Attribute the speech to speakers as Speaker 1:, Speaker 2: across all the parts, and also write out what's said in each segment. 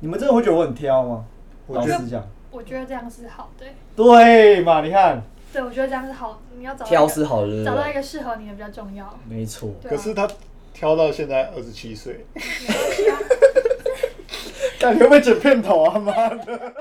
Speaker 1: 你们真的会觉得我很挑吗？
Speaker 2: 我
Speaker 1: 老
Speaker 2: 觉得
Speaker 1: 实讲，
Speaker 3: 我觉得这样是好的、
Speaker 1: 对嘛？你看，
Speaker 3: 对，我觉得这样是好，你要找到一个
Speaker 4: 挑是好的，
Speaker 3: 找到一个适合你的比较重要。
Speaker 4: 没错。
Speaker 3: 对、啊，
Speaker 2: 可是他挑到现在二十七岁，
Speaker 3: 没关系啊
Speaker 1: 看你会不会剪片头啊？妈的！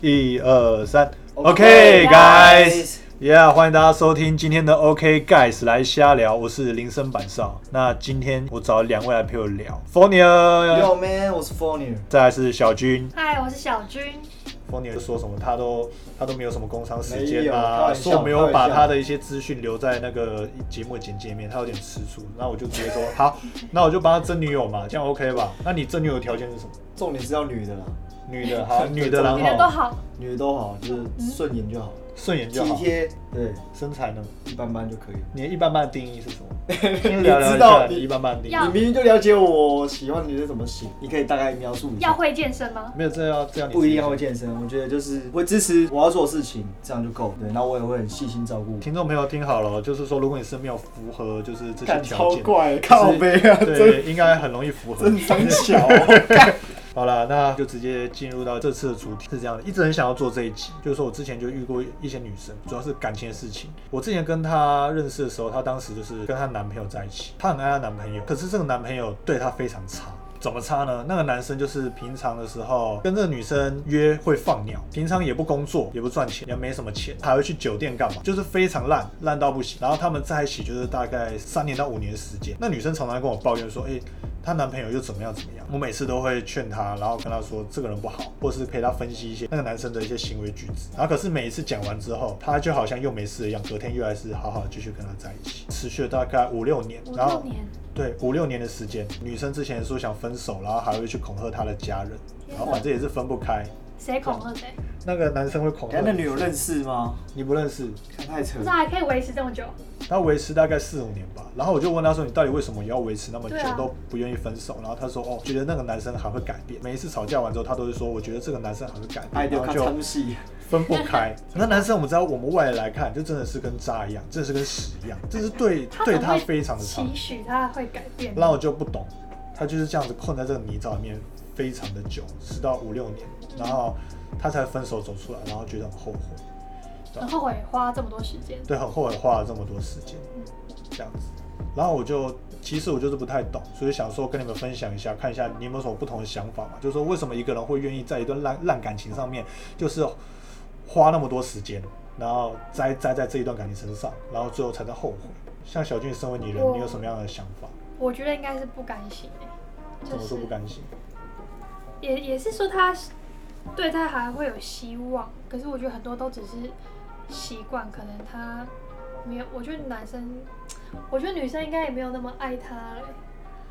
Speaker 2: 一二三
Speaker 1: OK，
Speaker 2: ，OK guys，yeah，欢迎大家收听今天的 OK guys 来瞎聊，我是林森板少。那今天我找两位来陪我聊 f o n i
Speaker 1: Yo
Speaker 2: a
Speaker 1: man，我是 f o n i
Speaker 2: 再来是小军。
Speaker 3: 嗨，我是小军。
Speaker 2: f o n i a 说什么他都他都没有什么工商时
Speaker 1: 没
Speaker 2: 间
Speaker 1: 有开
Speaker 2: 啊，
Speaker 1: 玩笑
Speaker 2: 说没有
Speaker 1: 开
Speaker 2: 把
Speaker 1: 玩笑
Speaker 2: 他的一些资讯留在那个节目简介面，他有点吃醋。那我就直接说 好，那我就帮他争女友嘛，这样 OK 吧？那你争女友的条件是什么？
Speaker 1: 重点是要女的啦，
Speaker 2: 女的
Speaker 1: 啊
Speaker 2: 好，女的
Speaker 3: 你的
Speaker 2: 然
Speaker 3: 都
Speaker 2: 后
Speaker 3: 好，嗯
Speaker 1: 女的都好，就是顺眼就好，
Speaker 2: 顺眼就
Speaker 1: 体
Speaker 2: 好，
Speaker 1: 贴，对，
Speaker 2: 身材呢？
Speaker 1: 一般般就可以了。
Speaker 2: 你的一般般的定义是什么？先
Speaker 1: 你
Speaker 2: 聊聊
Speaker 1: 知
Speaker 2: 一
Speaker 1: 道
Speaker 2: 下
Speaker 1: 你
Speaker 2: 你一般般的定
Speaker 3: 要
Speaker 2: 义。
Speaker 1: 你明明就了解我喜欢女生什么型，你可以大概描述一
Speaker 3: 要
Speaker 1: 下。
Speaker 3: 会健身吗？
Speaker 2: 没有这要这样你
Speaker 1: 不一定要会
Speaker 2: 会。
Speaker 1: 健身，我觉得就是会支持我要做的事情，这样就够。对，然后我也会很细心照顾。
Speaker 2: 听众朋友听好了，就是说，如果你身边有符合就是这些
Speaker 1: 干
Speaker 2: 条
Speaker 1: 超
Speaker 2: 件，
Speaker 1: 怪，靠背啊，真
Speaker 2: 对，应该很容易符合。
Speaker 1: 真真小。哦
Speaker 2: 好了，那就直接进入到这次的主题是这样的，一直很想要做这一集，就是说我之前就遇过一些女生，主要是感情的事情。我之前跟她认识的时候，她当时就是跟她男朋友在一起，她很爱她男朋友，可是这个男朋友对她非常差。怎么差呢？那个男生就是平常的时候跟这个女生约会放鸟，平常也不工作，也不赚钱，也没什么钱，还会去酒店干嘛？就是非常烂，烂到不行。然后他们在一起就是大概三年到五年的时间。那女生常常跟我抱怨说：“哎、她男朋友又怎么样怎么样。我每次都会劝她，然后跟她说这个人不好，或是陪她分析一些那个男生的一些行为举止。然后可是每一次讲完之后，她就好像又没事一样，隔天又还是好好地继续跟他在一起，持续了大概五六年。
Speaker 3: 五
Speaker 2: 然
Speaker 3: 六
Speaker 2: 后
Speaker 3: 年，
Speaker 2: 对五六年的时间，女生之前说想分手，然后还会去恐吓她的家人，然后反正也是分不开。
Speaker 3: 谁恐吓谁？
Speaker 2: 那个男生会恐吓
Speaker 1: 哎，那女友认识吗？
Speaker 2: 你不认识，
Speaker 1: 看太扯
Speaker 3: 不是
Speaker 1: 了。
Speaker 3: 还可以维持这么久？
Speaker 2: 他维持大概四五年吧，然后我就问他说：“你到底为什么也要维持那么久
Speaker 3: 对，啊
Speaker 2: 都不愿意分手？”然后他说：“哦，觉得那个男生还会改变。每一次吵架完之后，他都是说，我觉得这个男生还会改
Speaker 1: 爱
Speaker 2: 变，
Speaker 1: 掉
Speaker 2: 然
Speaker 1: 哎看
Speaker 2: 后就
Speaker 1: 唱戏，
Speaker 2: 分不开。那男生我们知道，我们外人来看，就真的是跟渣一样，真的是跟屎一样，这是对
Speaker 3: 他
Speaker 2: 对
Speaker 3: 怎么
Speaker 2: 他
Speaker 3: 会
Speaker 2: 非常的差。
Speaker 3: 期许他会改变。
Speaker 2: 那我就不懂，他就是这样子困在这个泥沼里面非常的久，直到五六年，然后他才分手走出来，然后觉得很后悔，
Speaker 3: 很后悔花这么多时间。
Speaker 2: 对，很后悔花了这么多时间，这样子。然后我就其实我就是不太懂，所以想说跟你们分享一下，看一下你有没有什么不同的想法嘛？就是说为什么一个人会愿意在一段烂烂感情上面，就是花那么多时间，然后栽栽在这一段感情身上，然后最后才能后悔。像小俊身为你人，你有什么样的想法？
Speaker 3: 我觉得应该是不甘心、欸，
Speaker 2: 怎
Speaker 3: 就
Speaker 2: 么
Speaker 3: 是
Speaker 2: 都不甘心？
Speaker 3: 也也是说他对他还会有希望，可是我觉得很多都只是习惯，可能他没有。我觉得男生，我觉得女生应该也没有那么爱他了，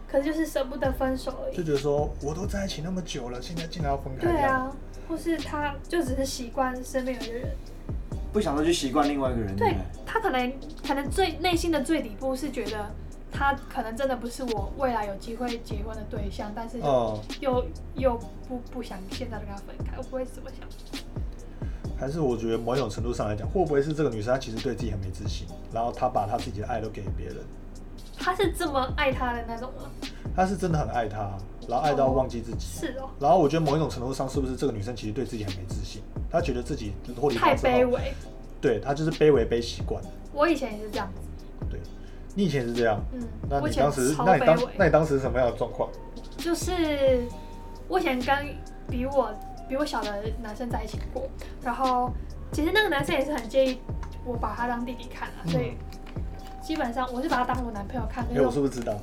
Speaker 3: 可是就是舍不得分手而
Speaker 2: 就
Speaker 3: 已。
Speaker 2: 觉得说我都在一起那么久了，现在竟然要分开，
Speaker 3: 对，啊，或是他就只是习惯身边有一个人，
Speaker 1: 不想再去习惯另外一个人。
Speaker 3: 对
Speaker 1: 不
Speaker 2: 嗯
Speaker 3: 他可能可能最内心的最底部是觉得。他可能真的不是我未来有机会结婚的对象，但是就
Speaker 2: 哦、
Speaker 3: 又又不不想现在就跟他分开，我不会这么想。
Speaker 2: 还是我觉得某种程度上来讲，会不会是这个女生她其实对自己很没自信，然后她把她自己的爱都给别人，
Speaker 3: 他是这么爱他的那种吗？
Speaker 2: 她是真的很爱他，然后爱到忘记自己。
Speaker 3: 是哦，
Speaker 2: 然后我觉得某一种程度上，是不是这个女生其实对自己很没自信？她觉得自己脱离她
Speaker 3: 太
Speaker 2: 之
Speaker 3: 卑
Speaker 2: 后，
Speaker 3: 微。
Speaker 2: 对她就是卑微卑习惯了。
Speaker 3: 我以前也是这样子，
Speaker 2: 对，你以前是这样，
Speaker 3: 嗯，
Speaker 2: 那
Speaker 3: 我以
Speaker 2: 你
Speaker 3: 前
Speaker 2: 当时，
Speaker 3: 超
Speaker 2: 那你
Speaker 3: 卑
Speaker 2: 当，那
Speaker 3: 微，
Speaker 2: 你当时是什么样的状况？
Speaker 3: 就是我以前跟比我比我小的男生在一起过，然后其实那个男生也是很介意我把他当弟弟看啊，
Speaker 2: 嗯
Speaker 3: 所以基本上我是把他当我男朋友看，
Speaker 2: 哎、
Speaker 3: 可
Speaker 2: 我
Speaker 3: 是
Speaker 2: 是
Speaker 3: 我
Speaker 2: 不是知道？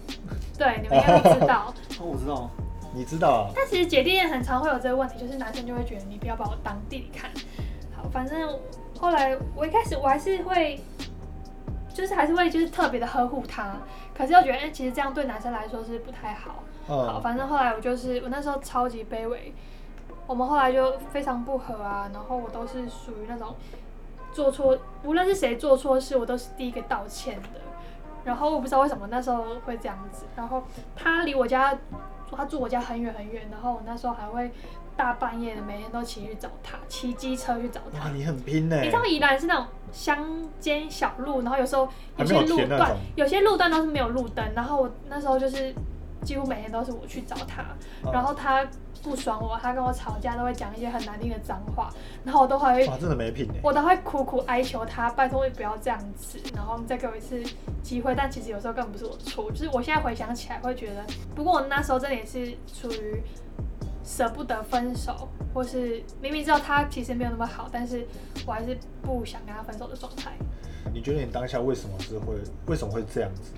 Speaker 3: 对你们应该都知道。
Speaker 1: 对哦，我知道，
Speaker 2: 你知道啊？
Speaker 3: 但其实姐弟恋很常会有这个问题，就是男生就会觉得你不要把我当弟弟看。好，反正后来我一开始我还是会，就是还是会就是特别的呵护他，可是又觉得哎、其实这样对男生来说是不太好。好，
Speaker 2: 嗯，
Speaker 3: 反正后来我就是我那时候超级卑微，我们后来就非常不和啊，然后我都是属于那种做错，无论是谁做错事，我都是第一个道歉的。然后我不知道为什么那时候会这样子，然后他离我家，他住我家很远很远，然后我那时候还会大半夜的，每天都骑去找他，骑机车去找
Speaker 2: 哇，
Speaker 3: 他。
Speaker 2: 啊你很拼呢、
Speaker 3: 你知道宜兰是那种乡间小路，然后有时候有
Speaker 2: 还
Speaker 3: 些
Speaker 2: 没有
Speaker 3: 路
Speaker 2: 田那
Speaker 3: 段
Speaker 2: 种，
Speaker 3: 有些路段都是没有路灯。然后我那时候就是几乎每天都是我去找他，
Speaker 2: 嗯
Speaker 3: 然后他不爽我，他跟我吵架都会讲一些很难听的脏话，然后我都还会
Speaker 2: 哇，真的没品呢、
Speaker 3: 我都会苦苦哀求他，拜托你不要这样子，然后你再给我一次机会。但其实有时候根本不是我错，就是我现在回想起来会觉得，不过我那时候真的也是处于舍不得分手，或是明明知道他其实没有那么好，但是我还是不想跟他分手的状态。
Speaker 2: 你觉得你当下为什么是会为什么会这样子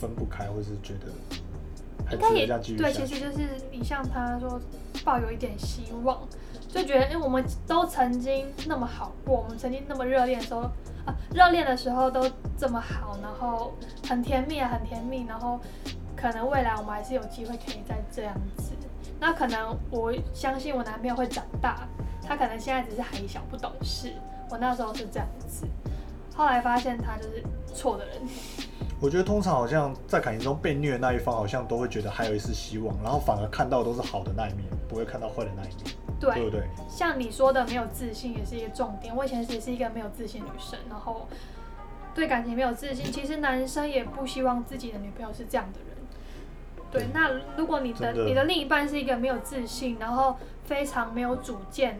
Speaker 2: 分不开，或是觉得还
Speaker 3: 应
Speaker 2: 值
Speaker 3: 该
Speaker 2: 得
Speaker 3: 也
Speaker 2: 这样继续
Speaker 3: 对，
Speaker 2: 下
Speaker 3: 其
Speaker 2: 去？
Speaker 3: 实就是你像他说，抱有一点希望，就觉得，哎、我们都曾经那么好过，我们曾经那么热恋的时候，啊，热恋的时候都这么好，然后很甜蜜啊，很甜蜜，然后可能未来我们还是有机会可以再这样子。那可能我相信我男朋友会长大，他可能现在只是还小不懂事，我那时候是这样子，后来发现他就是错的人。
Speaker 2: 我觉得通常好像在感情中被虐的那一方，好像都会觉得还有一丝希望，然后反而看到都是好的那一面，不会看到坏的那一面，对不对？
Speaker 3: 像你说的没有自信也是一个重点。我以前也是一个没有自信的女生，然后对感情没有自信。其实男生也不希望自己的女朋友是这样的人。对，那如果你的
Speaker 2: 真的
Speaker 3: 你的另一半是一个没有自信，然后非常没有主见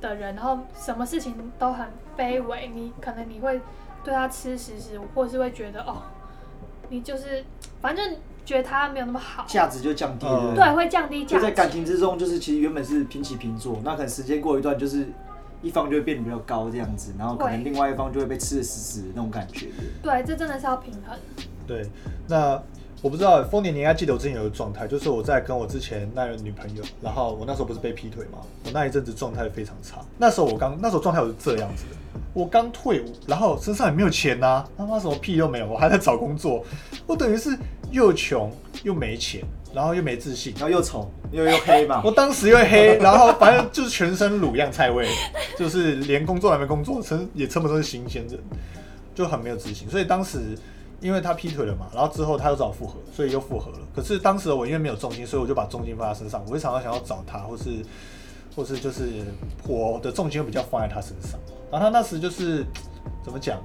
Speaker 3: 的人，然后什么事情都很卑微，你可能你会对他吃屎屎，或是会觉得哦，你就是反正觉得他没有那么好，
Speaker 1: 价值就降低了。
Speaker 2: 嗯
Speaker 3: 对，会降低
Speaker 1: 就
Speaker 3: 价值
Speaker 1: 在。感情之中，就是其实原本是平起平坐，那可能时间过一段，就是一方就会变得比较高这样子，然后可能
Speaker 3: 会
Speaker 1: 另外一方就会被吃的死死的那种感觉。
Speaker 3: 对，这真的是要平衡。
Speaker 2: 对，那我不知道，丰年，你应该记得我之前有个状态，就是我在跟我之前那个女朋友，然后我那时候不是被劈腿嘛，我那一阵子状态非常差。那时候我刚，那时候状态我是这样子的，我刚退伍，然后身上也没有钱呐、他妈什么屁都没有，我还在找工作，我等于是又穷又没钱，然后又没自信。
Speaker 1: 然后又丑又又黑 嘛
Speaker 2: 我，当时又黑， 然后反正就是全身卤样菜味，就是连工作都还没工作，称也称不上是新鲜人，就很没有自信。所以当时因为他劈腿了嘛，然后之后他又找我复合，所以又复合了。可是当时我因为没有重心，所以我就把重心放在他身上，我会常常想要找他，或是或是就是我的重心会比较放在他身上。然后他那时就是怎么讲，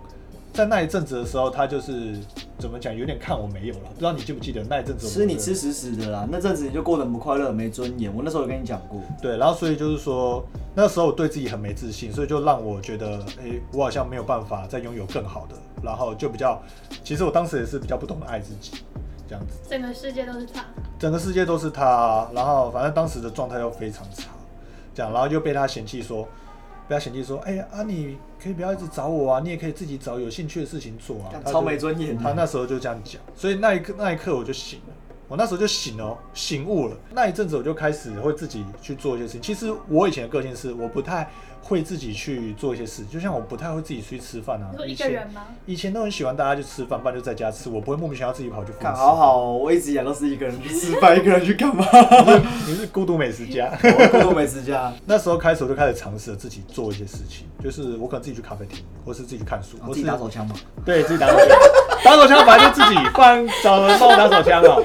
Speaker 2: 在那一阵子的时候，他就是怎么讲，有点看我没有了。不知道你记不记得那一阵子我们
Speaker 1: 吃你
Speaker 2: 的
Speaker 1: 吃死死的啦，那阵子你就过得很不快乐，没尊严。我那时候有跟你讲过，
Speaker 2: 对，然后所以就是说，那时候我对自己很没自信，所以就让我觉得，诶，我好像没有办法再拥有更好的，然后就比较，其实我当时也是比较不懂得爱自己，这样子，
Speaker 3: 整个世界都是他。
Speaker 2: 整个世界都是他，然后反正当时的状态又非常差，这样，然后又被他嫌弃说，被他嫌弃说，哎、呀啊，你可以不要一直找我啊，你也可以自己找有兴趣的事情做啊
Speaker 1: 干，
Speaker 2: 他
Speaker 1: 超
Speaker 2: 就
Speaker 1: 没尊严的。
Speaker 2: 他那时候就这样讲，所以那一刻那一刻我就醒了，我那时候就醒了哦，醒悟了。那一阵子我就开始会自己去做一些事情。其实我以前的个性是，我不太会自己去做一些事，就像我不太会自己出去吃饭啊
Speaker 3: 你。说
Speaker 2: 以
Speaker 3: 一个
Speaker 2: 前
Speaker 3: 人 吗？
Speaker 2: 以前都很喜欢大家去吃饭，不然就在家吃，我不会莫名其妙自己跑去附近
Speaker 1: 看
Speaker 2: 吃
Speaker 1: 好好、哦，我一直以来都是一个 人去吃饭，一个人去干嘛？
Speaker 2: 你是孤独美食家。
Speaker 1: 我孤独美食家，
Speaker 2: 那时候开始我就开始尝试了自己做一些事情，就是我可能自己去咖啡厅，或是自己去看书，
Speaker 1: 我
Speaker 2: 或
Speaker 1: 哦自
Speaker 2: 是
Speaker 1: 己打手枪嘛。
Speaker 2: 对自己打手枪，打手枪反正就自己，不然找人帮我打手枪 哦。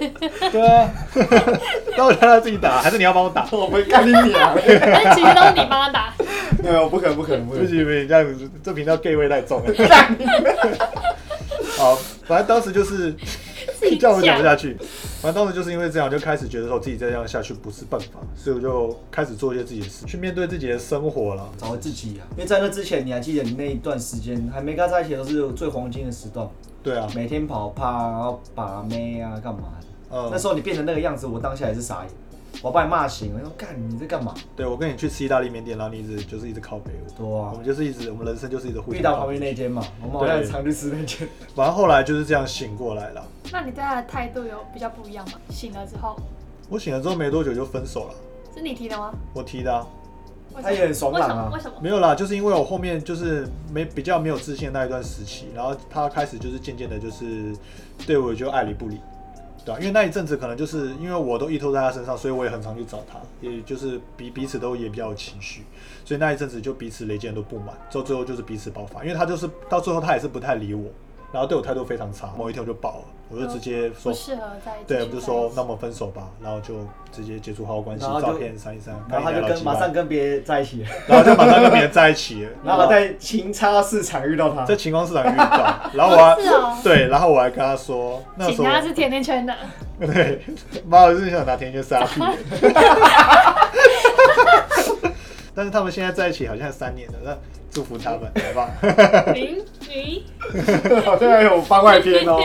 Speaker 2: 对啊， 打手枪他自己打，还是你要帮我打？
Speaker 1: 我们干你娘！
Speaker 3: 但哎其实都是你帮他打。
Speaker 1: 没有，不可能，不可能，不可
Speaker 2: 不
Speaker 1: 能。
Speaker 2: 行不行，这样子这频道 gay 味 太重了。好，反正当时就是
Speaker 3: 自己
Speaker 2: 叫我讲
Speaker 3: 讲
Speaker 2: 不下去，反正当时就是因为这样，就开始觉得说自己再这样下去不是办法，所以我就开始做一些自己的事，去面对自己的生活了。
Speaker 1: 找自己啊，因为在那之前，你还记得你那一段时间还没跟他在一起，都是最黄金的时段，
Speaker 2: 对啊，
Speaker 1: 每天跑趴啊，然后把妹啊，干嘛的？
Speaker 2: 嗯
Speaker 1: 那，时候你变成那个样子，我当下也是傻眼，我把你骂醒，我说干你在干嘛？
Speaker 2: 对我跟你去吃意大利面店，然后你一直就是一直靠北我，
Speaker 1: 对啊
Speaker 2: 我，们就是一直我们人生就是一直互
Speaker 1: 遇
Speaker 2: 相
Speaker 1: 到
Speaker 2: 靠
Speaker 1: 旁
Speaker 2: 北
Speaker 1: 边那间嘛，我们好像
Speaker 2: 对
Speaker 1: 很常去吃那间。
Speaker 2: 反正后来就是这样醒过来了。
Speaker 3: 那你对他的态度有比较不一样吗？醒了之后
Speaker 2: 我醒了之后没多久就分手了，
Speaker 3: 是你提的吗？
Speaker 2: 我提的、啊、
Speaker 3: 为什么
Speaker 1: 他也很爽朗啊
Speaker 3: 为什么？为什么？
Speaker 2: 没有啦，就是因为我后面就是没比较没有自信的那一段时期，然后他开始就是渐渐的，就是对我就爱理不理，对啊，因为那一阵子可能就是因为我都依托在他身上，所以我也很常去找他，也就是彼彼此都也比较有情绪，所以那一阵子就彼此累积很多不满，之后最后就是彼此爆发，因为他就是到最后他也是不太理我，然后对我态度非常差，某一天我就爆了，我就直接说
Speaker 3: 不，适合在一起。
Speaker 2: 对，我就说那
Speaker 3: 那
Speaker 2: 我们分手吧，然后就直接解除好友关系，
Speaker 1: 然后就
Speaker 2: 照片删一删，
Speaker 1: 然后他
Speaker 2: 看一
Speaker 1: 就
Speaker 2: 看
Speaker 1: 跟马上
Speaker 2: 老几
Speaker 1: 跟别人在一起 了，，
Speaker 2: 万，然后就马上跟别人在一起 了
Speaker 1: 然后在情差市场遇到他
Speaker 2: 在，晴空市场遇到，然后我还、
Speaker 3: 是哦
Speaker 2: 对，然后我还跟他说，那时
Speaker 3: 请
Speaker 2: 候
Speaker 3: 他是甜甜圈的，
Speaker 2: 对，妈，我就是想拿甜甜圈杀屁眼。但是他们现在在一起好像三年了，那祝福他们，好 吧？
Speaker 3: 您您
Speaker 1: 好像有番外篇 哦。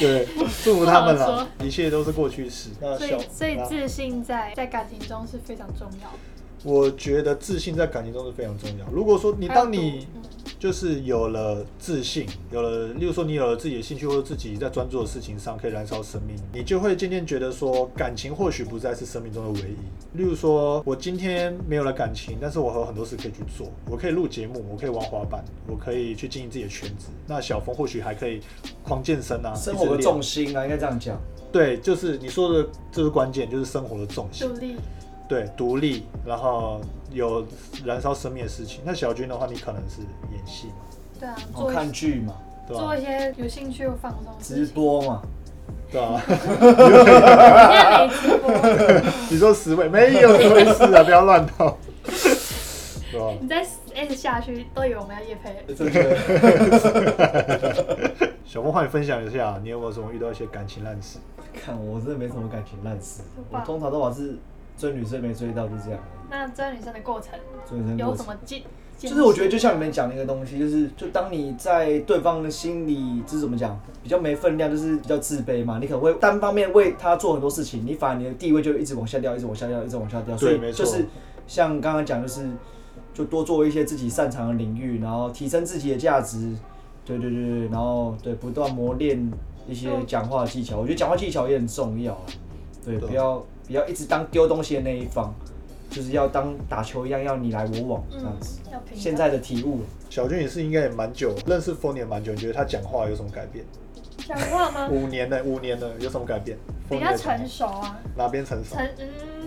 Speaker 2: 对，祝福他们
Speaker 3: 不好
Speaker 2: 啦，一切都是过去式。那
Speaker 3: 所
Speaker 2: 小
Speaker 3: 以所以
Speaker 2: 那
Speaker 3: 自信在在感情中是非常重要的。
Speaker 2: 我觉得自信在感情中是非常重要。如果说你当你
Speaker 3: 还有独嗯
Speaker 2: 就是有了自信，有了，例如说你有了自己的兴趣或者自己在专注的事情上可以燃烧生命，你就会渐渐觉得说，感情或许不再是生命中的唯一。例如说，我今天没有了感情，但是我还有很多事可以去做，我可以录节目，我可以玩滑板，我可以去经营自己的圈子。那小峰或许还可以狂健身啊，
Speaker 1: 生
Speaker 2: 一直
Speaker 1: 活的
Speaker 2: 练
Speaker 1: 重心啊，应该这样讲。
Speaker 2: 对，就是你说的，这是关键，就是生活的重心
Speaker 3: 嗯，。独立
Speaker 2: 对，独立，然后有燃烧生命的事情。那小军的话，你可能是演戏嘛，
Speaker 3: 对啊，
Speaker 1: 我
Speaker 3: 做一
Speaker 1: 哦看剧嘛，
Speaker 2: 对吧、
Speaker 3: 做一些有兴趣又放松的
Speaker 1: 直
Speaker 3: 事情。
Speaker 1: 播嘛，
Speaker 2: 对啊，
Speaker 3: 现在没直播，
Speaker 2: 你说十位没有这回事啊，不要乱套，对吧、
Speaker 3: 你再 S 下去都以为我们要夜配了。
Speaker 1: 真的。
Speaker 2: 小峰，欢迎分享一下，你有没有什么遇到一些感情烂事？
Speaker 1: 看我真的没什么感情烂事，
Speaker 3: 很
Speaker 1: 我
Speaker 3: 棒
Speaker 1: 通常都把是追女生没追到就这样而
Speaker 3: 那追女生的过程
Speaker 1: 已，追女生
Speaker 3: 有
Speaker 1: 过
Speaker 3: 什么
Speaker 1: 程。
Speaker 3: 进？进
Speaker 1: 就是我觉得就像你们讲的一个东西，就是就当你在对方的心里，这是怎么讲，比较没分量，就是比较自卑嘛，你可能会单方面为他做很多事情，你反而你的地位就一直往下掉，一直往下掉，一直往下掉，所
Speaker 2: 对
Speaker 1: 以
Speaker 2: 没错
Speaker 1: 就是像刚刚讲，就是就多做一些自己擅长的领域，然后提升自己的价值，对对对对，然后对不断磨练一些讲话技巧，我觉得讲话技巧也很重要啊，对，
Speaker 2: 对
Speaker 1: 不要不要一直当丢东西的那一方，就是要当打球一样，要你来我往这样
Speaker 3: 嗯
Speaker 1: 子。，
Speaker 3: 要平衡
Speaker 1: 现在的体悟，
Speaker 2: 小军也是应该也蛮久，认识丰年蛮久，你觉得他讲话有什么改变？
Speaker 3: 讲话吗？
Speaker 2: 五年了，五年了，有什么改变？
Speaker 3: 啊比
Speaker 2: 丰
Speaker 3: 较
Speaker 2: 年讲话
Speaker 3: 成熟啊，
Speaker 2: 哪边成熟？
Speaker 3: 成嗯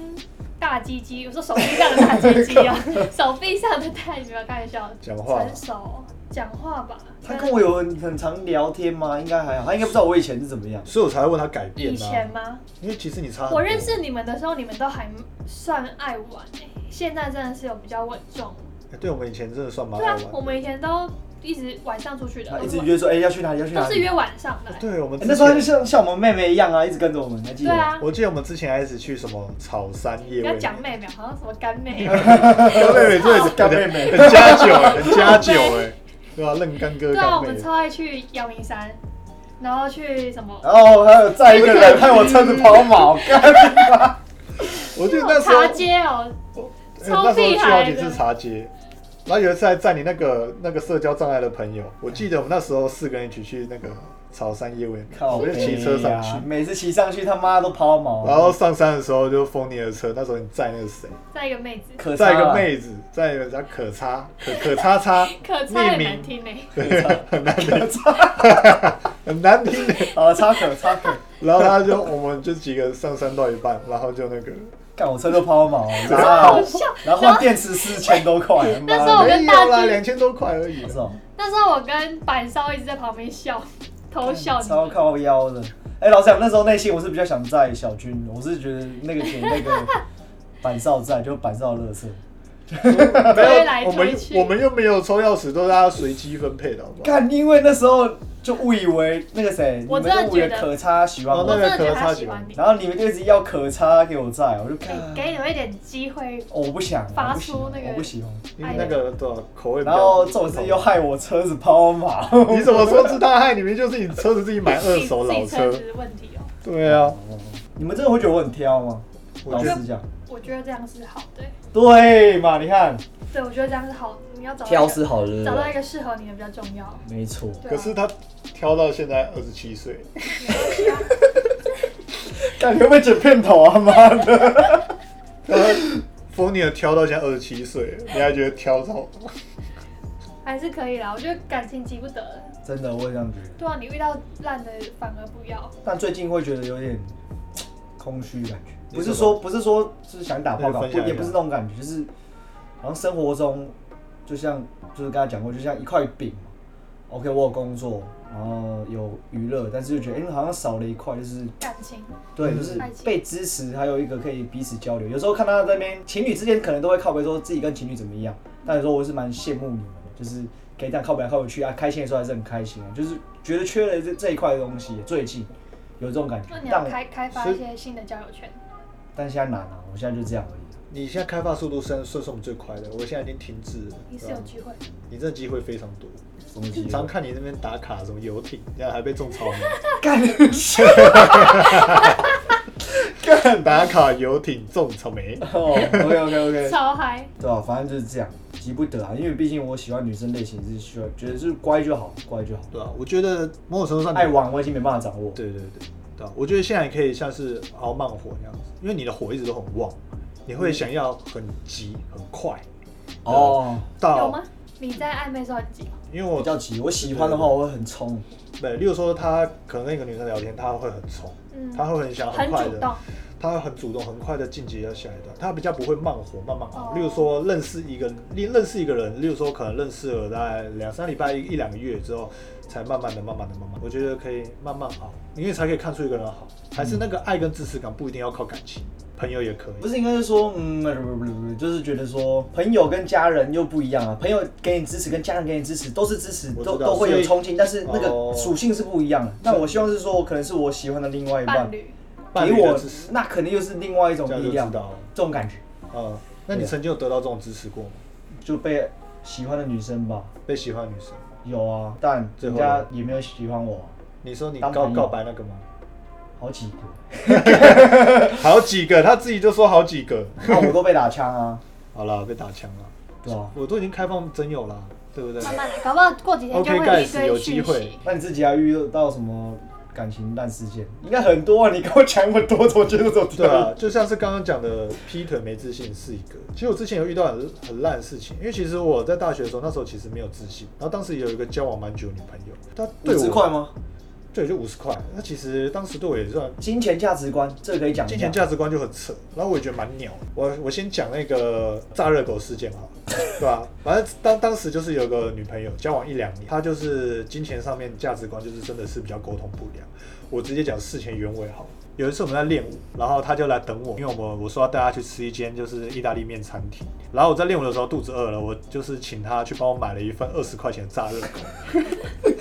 Speaker 3: 大鸡鸡，我说手臂上的大鸡鸡 啊，手臂上的大鸡鸡，开玩笑。
Speaker 2: 讲话
Speaker 3: 成熟，讲话吧。
Speaker 1: 他跟我有很很常聊天吗？应该还好，他应该不知道我以前是怎么样。
Speaker 3: 嗯
Speaker 2: 所以我才会问他改变
Speaker 1: 啊
Speaker 3: 以
Speaker 2: 呢、
Speaker 3: 前吗？
Speaker 2: 因为其实你差很多欸
Speaker 3: 我认识你们的时候，你们都还算爱玩、欸，现在真的是有比较稳重。
Speaker 2: 欸对我们以前真的算蛮
Speaker 3: 对
Speaker 2: 爱
Speaker 3: 啊
Speaker 2: 玩，
Speaker 3: 我
Speaker 2: 的。
Speaker 3: 们以前都一直晚上出去的
Speaker 1: 他，一直
Speaker 3: 都是
Speaker 1: 约说，哎、要去哪里？要去
Speaker 3: 都
Speaker 1: 哪
Speaker 3: 是
Speaker 1: 里？
Speaker 3: 约晚上的欸、
Speaker 2: 对我们
Speaker 1: 哎
Speaker 2: 之
Speaker 1: 那时候他就
Speaker 2: 前
Speaker 1: 像像我们妹妹一样啊，一直跟着我们，还记
Speaker 3: 对
Speaker 1: 得？
Speaker 3: 啊，
Speaker 2: 我记得我们之前还一起去什么草山夜
Speaker 3: 不要
Speaker 2: 味，
Speaker 3: 讲妹妹，好像什么干妹，啊
Speaker 1: 啊
Speaker 2: 干妹妹真的是
Speaker 1: 干妹妹
Speaker 2: 很加酒哎，很加酒哎，对啊，认干哥
Speaker 3: 对啊，
Speaker 2: 干
Speaker 3: 我们
Speaker 2: 妹，
Speaker 3: 超爱去阳明山，然后去什么
Speaker 1: 然后哦还有载一个人，害我车子抛锚， 干
Speaker 2: 我记得那时候
Speaker 3: 茶街哦、
Speaker 2: 哎
Speaker 3: 超
Speaker 2: 那时候
Speaker 3: 厉
Speaker 2: 去好
Speaker 3: 害
Speaker 2: 几
Speaker 3: 的
Speaker 2: 次茶街。然后有一次还载你那个那个社交障碍的朋友，我记得我们那时候四个人一起去那个草山夜味，
Speaker 1: 靠
Speaker 2: 我
Speaker 1: 北
Speaker 2: 就
Speaker 1: 啊！
Speaker 2: 骑车上去，
Speaker 1: 每次骑上去他妈都抛锚。啊
Speaker 2: 然后上山的时候就封你的车，那时候你载那个谁，
Speaker 3: 再一个妹子，
Speaker 1: 可
Speaker 2: 载一
Speaker 1: 差
Speaker 2: 个
Speaker 1: 啊
Speaker 2: 妹子，载一个叫可叉可可叉叉，
Speaker 3: 可差
Speaker 2: 匿
Speaker 3: 很
Speaker 2: 名
Speaker 3: 难听哎、
Speaker 2: 很难听，
Speaker 1: 可差，
Speaker 2: 很难听的。
Speaker 1: 啊，差可差可，
Speaker 2: 然后他就我们就几个上山到一半，然后就那个
Speaker 1: 干我车都抛锚，然
Speaker 3: 好
Speaker 1: 后
Speaker 3: 笑。
Speaker 1: 然后换电池四千多块，妈
Speaker 3: 那时
Speaker 1: 的
Speaker 3: 候我
Speaker 2: 没
Speaker 3: 跟
Speaker 2: 有
Speaker 3: 大
Speaker 2: 啦，
Speaker 3: 军，
Speaker 2: 两千多块而已
Speaker 1: 这。种
Speaker 3: 那时候我跟板烧一直在旁边笑，偷笑你
Speaker 1: 超靠腰的。哎，老实讲，那时候内心我是比较想载小军，我是觉得那个给那个板少载，就板少乐色。
Speaker 2: 没
Speaker 3: 推来
Speaker 2: 有，我
Speaker 3: 推
Speaker 2: 们
Speaker 3: 去
Speaker 2: 我们又没有抽钥匙，都是大家随机分配的，好不好？
Speaker 1: 干，因为那时候就误以为那个谁，
Speaker 3: 我
Speaker 1: 你
Speaker 3: 真的
Speaker 1: 们都误以为
Speaker 3: 觉得
Speaker 1: 可差喜欢
Speaker 2: 哦那
Speaker 1: 我
Speaker 2: 个，
Speaker 3: 真的觉得他喜欢你，
Speaker 1: 然后你们就一直要可差给我载，我就看。
Speaker 3: 给给你们一点机会，
Speaker 1: 哦我不想
Speaker 3: 发
Speaker 1: 我不喜欢
Speaker 3: 出那个
Speaker 1: 我不喜欢。
Speaker 2: 因
Speaker 3: 哎
Speaker 2: 为那个多少口味比
Speaker 1: 然
Speaker 2: 较。
Speaker 1: 后这种事又害我车子抛锚，
Speaker 2: 你 怎么说知道害？你明明就是你车子自己买
Speaker 3: 自
Speaker 2: 二
Speaker 3: 己
Speaker 2: 手
Speaker 3: 自
Speaker 2: 老
Speaker 3: 己车
Speaker 2: 车
Speaker 3: 子。的问题哦、
Speaker 2: 对啊，
Speaker 1: 你们真的会觉得我很挑吗？
Speaker 2: 我
Speaker 1: 老
Speaker 2: 觉得
Speaker 1: 实讲，
Speaker 3: 我觉得这样是好的欸、
Speaker 1: 对嘛？你看，
Speaker 3: 对我觉得这样是好，你要找到一
Speaker 1: 挑
Speaker 3: 个
Speaker 1: 是好的，
Speaker 3: 找到一个适合你的比较重要。
Speaker 1: 没错。
Speaker 3: 对啊
Speaker 2: 可是他挑到现在二十七岁，
Speaker 1: 感觉会剪片头啊，妈的！
Speaker 2: 冯尼尔挑到现在二十七岁，你还觉得挑到？
Speaker 3: 还是可以啦，我觉得感情急不得。
Speaker 1: 真的，我也这样觉得。
Speaker 3: 对啊，你遇到烂的反而不要。
Speaker 1: 但最近会觉得有点空虚感觉，
Speaker 2: 你
Speaker 1: 不是
Speaker 2: 说
Speaker 1: 说不是说就是想打
Speaker 2: 那
Speaker 1: 炮
Speaker 2: 就
Speaker 1: 搞，
Speaker 2: 分
Speaker 1: 不
Speaker 2: 享一下
Speaker 1: 也不是那种感觉，就是好像生活中就像就是刚才讲过，就像一块饼嘛。OK，我有工作，然后有娱乐，但是就觉得哎、好像少了一块，就是
Speaker 3: 感情，
Speaker 1: 对，
Speaker 2: 嗯
Speaker 1: 就是被支持，还有一个可以彼此交流。有时候看他在那边情侣之间可能都会靠背说自己跟情侣怎么样，但有时候我是蛮羡慕你们的，就是可以这样靠背来靠背去啊，开心的时候还是很开心啊，就是觉得缺了这这一块东西，最近有这种感觉
Speaker 3: 那你，要
Speaker 1: 但我
Speaker 3: 开开发
Speaker 2: 所以
Speaker 3: 一些新的交友圈。
Speaker 1: 但现在难啊，我现在就这样而已。
Speaker 2: 你现在开发速度算算是我们最快的，我现在已经停滞了。
Speaker 3: 你是
Speaker 2: 对啊
Speaker 3: 有
Speaker 2: 吧
Speaker 3: 机会，
Speaker 2: 你这机会非常多，
Speaker 1: 什么机
Speaker 2: 常
Speaker 1: 会？
Speaker 2: 看你那边打卡什么游艇，然后还被种草莓，
Speaker 1: 干
Speaker 2: 干打卡游艇种草莓。
Speaker 1: 哦，OK OK OK，
Speaker 3: 超嗨，
Speaker 1: 对吧、反正就是这样，急不得啊，因为毕竟我喜欢女生类型是需要，觉得是乖就好，乖就好。
Speaker 2: 对啊，我觉得某种程度上你
Speaker 1: 爱玩我已经没办法掌握。
Speaker 2: 对对对，对啊，我觉得现在可以像是熬慢火那样子，因为你的火一直都很旺，你会想要很急很快
Speaker 1: 哦，
Speaker 3: 有
Speaker 2: 到
Speaker 3: 吗，？你在暧昧的时候很急吗，
Speaker 2: 因为
Speaker 1: 比
Speaker 2: 我
Speaker 1: 较急，我喜欢的话我会很冲。
Speaker 2: 对，例如说他可能跟一个女生聊天，他会很冲，
Speaker 3: 嗯
Speaker 2: 他会很想
Speaker 3: 很
Speaker 2: 很哦快
Speaker 3: 主动
Speaker 2: 的，，他会很主动，很快的晋级到下一段，他比较不会慢火慢慢熬。
Speaker 3: 哦
Speaker 2: 例如说认识一个，例认识一个人，例如说可能认识了大概两三礼拜一一两个月之后，才慢慢的、慢慢的、慢慢地，我觉得可以慢慢熬，因为才可以看出一个人好，还是那个爱跟支持感不一定要靠感情，朋友也可以。
Speaker 1: 不是应该是说，嗯，不不不不，就是觉得说嗯朋友跟家人又不一样啊。朋友给你支持，跟家人给你支持，都是支持，
Speaker 2: 我知
Speaker 1: 都
Speaker 2: 道
Speaker 1: 都会有
Speaker 2: 所以
Speaker 1: 憧憬，但是那
Speaker 2: 哦
Speaker 1: 个属性是不一样的。那我希望是说，我可能是我喜欢的另外
Speaker 2: 哎
Speaker 1: 一半
Speaker 3: 伴，侣，
Speaker 2: 伴
Speaker 1: 给
Speaker 2: 侣的
Speaker 1: 我
Speaker 2: 支持，
Speaker 1: 那肯定又是另外一种
Speaker 2: 这样
Speaker 1: 力
Speaker 2: 就知
Speaker 1: 量，
Speaker 2: 道了。
Speaker 1: 这种感觉
Speaker 2: 嗯，那你
Speaker 1: 对啊
Speaker 2: 曾经有得到这种支持过吗？
Speaker 1: 就被喜欢的女生吧，
Speaker 2: 被喜欢的女生，
Speaker 1: 有啊，但
Speaker 2: 最
Speaker 1: 人
Speaker 2: 后
Speaker 1: 家
Speaker 2: 呢
Speaker 1: 也没有喜欢我啊、
Speaker 2: 你说你
Speaker 1: 当
Speaker 2: 告
Speaker 1: 朋友
Speaker 2: 告白那个吗？
Speaker 1: 好几个，
Speaker 2: 好几个，他自己就说好几个。
Speaker 1: 那我都被打枪啊，
Speaker 2: 好了，被打枪了。
Speaker 1: 对啊。
Speaker 2: 我都已经开放真友了，对不对？
Speaker 3: 慢慢来，搞不好过几天就
Speaker 2: OK，
Speaker 3: 会有一
Speaker 2: guys，有
Speaker 3: 堆
Speaker 2: 机
Speaker 3: 讯
Speaker 2: 会
Speaker 3: 息。
Speaker 1: 那你自己还遇到什么感情烂事件？应该很多啊，你跟我讲那么多，怎么觉得怎么
Speaker 2: 对啊，就像是刚刚讲的劈腿没自信是一个。其实我之前有遇到很很烂的事情，因为其实我在大学的时候，那时候其实没有自信，然后当时有一个交往蛮久的女朋友，她对
Speaker 1: 五十
Speaker 2: 我
Speaker 1: 块吗？
Speaker 2: 对就五十块，那其实当时对我也算
Speaker 1: 金钱价值观，这个可以讲一下。
Speaker 2: 金钱价值观就很扯，然后我也觉得蛮鸟的。我我先讲那个炸热狗事件好了， 对吧？反正当当时就是有个女朋友交往一两年，她就是金钱上面价值观就是真的是比较沟通不良。我直接讲事情原委好了。有一次我们在练舞，然后她就来等我，因为我们我说要带她去吃一间就是意大利面餐厅。然后我在练舞的时候肚子饿了，我就是请她去帮我买了一份二十块钱的炸热狗。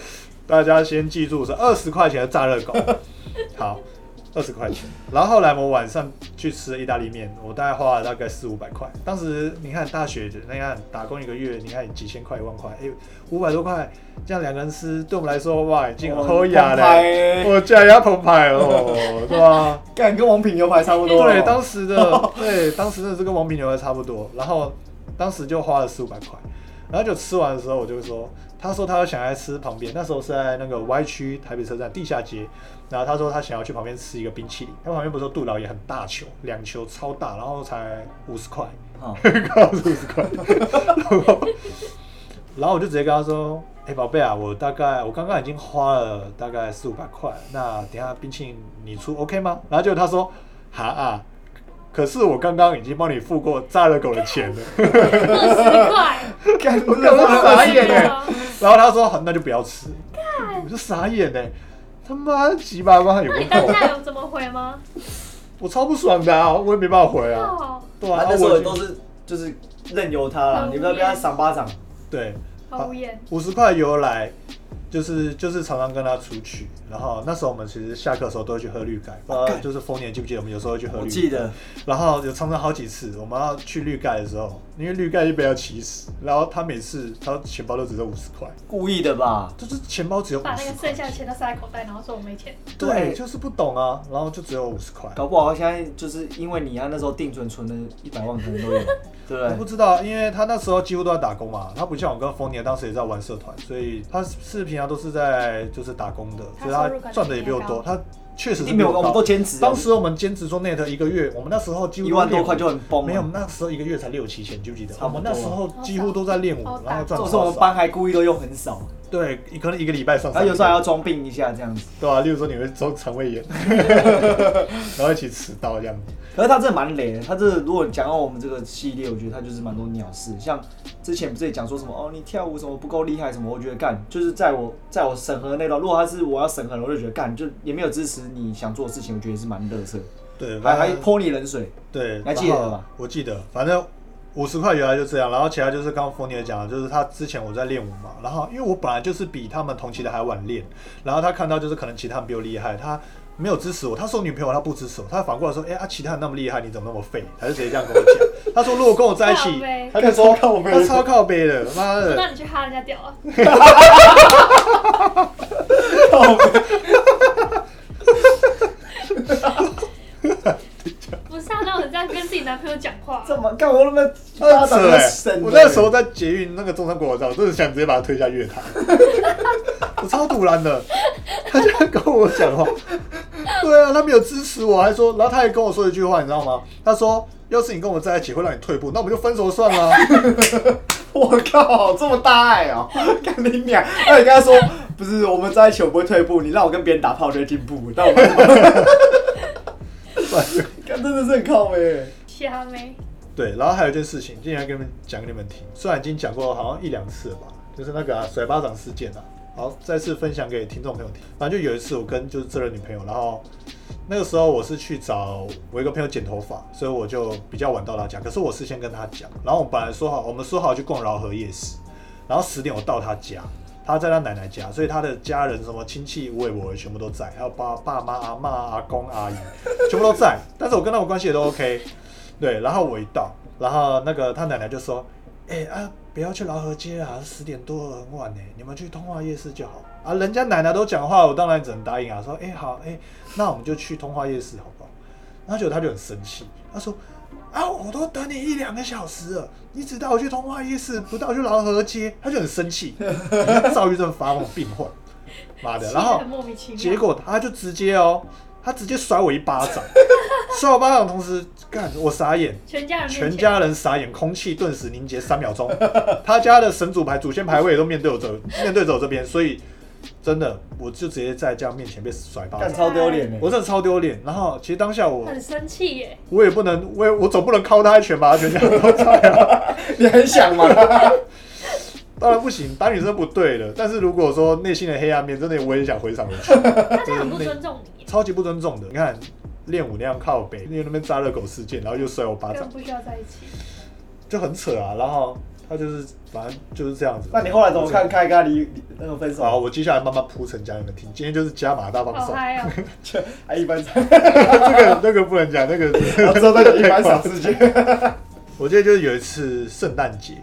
Speaker 2: 大家先记住是二十块钱的炸热 狗，好，二十块钱。然后后来我晚上去吃意大利面，我大概花了大概四五百块。当时你看大学，你看打工一个月，你看几千块一万块，哎、五百多块，这样两个人吃，对我们来说哇，已经很厚雅嘞。
Speaker 1: 嘞，
Speaker 2: 我居然要澎欸湃哦，对吧、
Speaker 1: 干跟王品牛排差不多。
Speaker 2: 对，当时的对，当时的这跟王品牛排差不多。然后当时就花了四五百块，然后就吃完的时候，我就说，他说他想要吃旁边，那时候是在那个 Y 区台北车站地下街，然后他说他想要去旁边吃一个冰淇淋，他旁边不是有杜老爷很大球，两球超大，然后才五十块，
Speaker 1: 好
Speaker 2: 告诉五十块，然后然后我就直接跟他说。哎、宝贝啊，我大概我刚刚已经花了大概四五百块，那等一下冰淇淋你出 OK 吗？然后结果他说，哈啊，可是我刚刚已经帮你付过炸热狗的钱了。
Speaker 3: 二
Speaker 1: 干我
Speaker 2: 干我傻
Speaker 3: 十
Speaker 2: 眼
Speaker 3: 块，
Speaker 1: 啊
Speaker 2: 呢 然后他说好，那就不要吃。我就傻眼呢、欸他妈鸡巴巴有个
Speaker 3: 那你当
Speaker 2: 头，
Speaker 3: 下有怎么回吗？
Speaker 2: 我超不爽的啊，我也没办法回啊。
Speaker 3: 哦，
Speaker 2: 对啊，
Speaker 1: 他
Speaker 2: 然
Speaker 1: 那
Speaker 2: 后
Speaker 1: 时
Speaker 2: 我
Speaker 1: 候
Speaker 2: 已经
Speaker 1: 都是就是任由他啦，
Speaker 3: 很
Speaker 1: 你不要被他赏巴掌。
Speaker 2: 对
Speaker 3: 好无言。
Speaker 2: 五十块由来，就是就是常常跟他出去，然后那时候我们其实下课的时候都会去喝绿盖，不知道
Speaker 1: 干
Speaker 2: 就是丰年记不记得我们有时候会去喝绿。
Speaker 1: 我记得。
Speaker 2: 然后有常常好几次，我们要去绿盖的时候，因为绿盖就被他歧视，然后他每次他钱包都只有五十块，
Speaker 1: 故意的吧？
Speaker 2: 就是钱包只有五
Speaker 3: 把那
Speaker 2: 十
Speaker 3: 个剩
Speaker 2: 块
Speaker 3: 下。的钱都塞在口袋，然后说我没钱。
Speaker 2: 对，就是不懂啊，然后就只有五十块。
Speaker 1: 搞不好现在就是因为你啊，那时候定存存的一百万可能都有，对
Speaker 2: 我
Speaker 1: 不
Speaker 2: 不
Speaker 1: 对？
Speaker 2: 知道，因为他那时候几乎都在打工嘛，他不像我跟丰年当时也在玩啊社团，所以他是平常都是在就是打工的，
Speaker 3: 他
Speaker 2: 所以
Speaker 3: 收入可
Speaker 2: 他
Speaker 3: 能
Speaker 2: 赚的也比我多，
Speaker 3: 比
Speaker 2: 他确实
Speaker 1: 一
Speaker 2: 是
Speaker 1: 定没有，
Speaker 2: 没有
Speaker 1: 我们
Speaker 2: 到
Speaker 1: 都兼职啊，
Speaker 2: 当时我们兼职做 net 一个月，我们那时候几乎
Speaker 1: 一万多块就很崩了
Speaker 2: 没有，我们那时候一个月才六七千，你记不记得？
Speaker 1: 差
Speaker 2: 我
Speaker 1: 不多
Speaker 2: 们那时候几乎都在练舞
Speaker 3: 好少，
Speaker 2: 然后
Speaker 1: 这
Speaker 2: 赚
Speaker 1: 种
Speaker 2: 多
Speaker 1: 是我们
Speaker 2: 少？
Speaker 1: 班还故意都用很少，
Speaker 2: 对，可能一个礼拜算。
Speaker 1: 然后有时候还要装病一下这样子。
Speaker 2: 对啊，例如说你会中肠胃炎， 然后一起迟到这样子。
Speaker 1: 可是他真的蛮累的，他这如果讲到我们这个系列，我觉得他就是蛮多鸟事。像之前不是也讲说什么哦，你跳舞什么不够厉害什么，我觉得干就是在我在我审核那段，如果他是我要审核的，我就觉得干就也没有支持你想做的事情，我觉得也是蛮乐色，
Speaker 2: 对，
Speaker 1: 还还
Speaker 2: 然后
Speaker 1: 泼你冷水。
Speaker 2: 对，
Speaker 1: 还记得
Speaker 2: 然后
Speaker 1: 吧
Speaker 2: 我记得，反正五十块原来就这样，然后其他就是刚刚冯尼也讲的，就是他之前我在练舞嘛，然后因为我本来就是比他们同期的还晚练，然后他看到就是可能其他人比我厉害，他。没有支持我，他是我女朋友，他不支持我，他反过来说，哎、啊，其他人那么厉害，你怎么那么废？他就直接这样跟我讲。他说，如果跟我在一
Speaker 3: 靠
Speaker 2: 起
Speaker 3: 背，
Speaker 2: 他就超靠
Speaker 4: 背
Speaker 2: 他超靠背的，妈的，
Speaker 3: 啊那你去哈人家屌 啊！不是啊，那我这样跟自己男朋友讲话，啊
Speaker 1: 这么干我那么
Speaker 2: 二
Speaker 1: 巴
Speaker 2: 扯
Speaker 1: 掌
Speaker 2: 哎、
Speaker 1: 在省的
Speaker 2: 我那时候在捷运那个中山国道，我真的想直接把他推下月台， 我超突然的，他居然跟我讲话，对啊，他没有支持我，还说，然后他还跟我说一句话，你知道吗？他说，要是你跟我在一起会让你退步，那我们就分手算了啊。
Speaker 1: 我靠，这么大爱哦、 干你娘！那你跟他说，不是我们在一起，我不会退步，你让我跟别人打炮就会进步，但我们干真的是很靠背、
Speaker 3: 瞎妹，
Speaker 2: 对，然后还有一件事情，今天要跟你们讲给你们听，虽然已经讲过好像一两次了吧，就是那个、啊、甩巴掌事件啊。好，再次分享给听众朋友听。反正就有一次，我跟就是这任女朋友，然后那个时候我是去找我一个朋友剪头发，所以我就比较晚到她家。可是我事先跟她讲，然后我本来说好，我们说好去逛饶河夜市，然后十点我到她家，她在她奶奶家，所以她的家人什么亲戚、无我也全部都在，还有爸爸妈、阿妈、阿公、阿姨，全部都在。但是我跟他们关系也都 OK。对，然后我一到，然后那个他奶奶就说：“哎、啊，不要去饶河街啊，十点多了很晚呢，你们去通化夜市就好啊。”人家奶奶都讲话，我当然只能答应啊，说：“哎、好，哎、那我们就去通化夜市好不好？”然后结果他就很生气，他说：“啊，我都等你一两个小时了，你只带我去通化夜市，不带我去饶河街。”他就很生气， 躁郁症发梦病患，妈 的！然后
Speaker 3: 很莫名其妙。
Speaker 2: 结果他就直接哦，他直接甩我一巴掌，甩我巴掌的同时，干我傻眼，
Speaker 3: 全家人面前
Speaker 2: 全家人傻眼，空气顿时凝结三秒钟。他家的神主牌、祖先牌位都面对我这，面对着我这边，所以真的我就直接在家面前被甩巴
Speaker 1: 干
Speaker 2: 掌，
Speaker 1: 超丢脸的。
Speaker 2: 我真的超丢脸。然后其实当下我
Speaker 3: 很生气 耶，
Speaker 2: 我也不能，我也我总不能敲他一拳吧，全家人都在啊。
Speaker 1: 你很想嘛？
Speaker 2: 当然不行，打女生不对的。但是如果说内心的黑暗面，真的我也想回想回去。
Speaker 3: 他这样很不尊重你耶，
Speaker 2: 超级不尊重的。你看练舞那样靠北，因为那边扎热狗事件，然后又摔我巴
Speaker 3: 根
Speaker 2: 掌
Speaker 3: 本，不需要在一起。
Speaker 2: 就很扯啊。然后他就是反正就是这样子。
Speaker 1: 那你后来怎么看？开跟他离离那个分
Speaker 2: 好，
Speaker 1: 手？啊
Speaker 2: 我接下来慢慢铺陈讲你们听。今天就是加码大放
Speaker 3: 好
Speaker 2: 送，
Speaker 3: 嗨 哦！
Speaker 1: 还一般，
Speaker 2: 这个那个不能讲，那个
Speaker 1: 然后之后再讲一般傻事情，
Speaker 2: 我记得就是有一次圣诞节，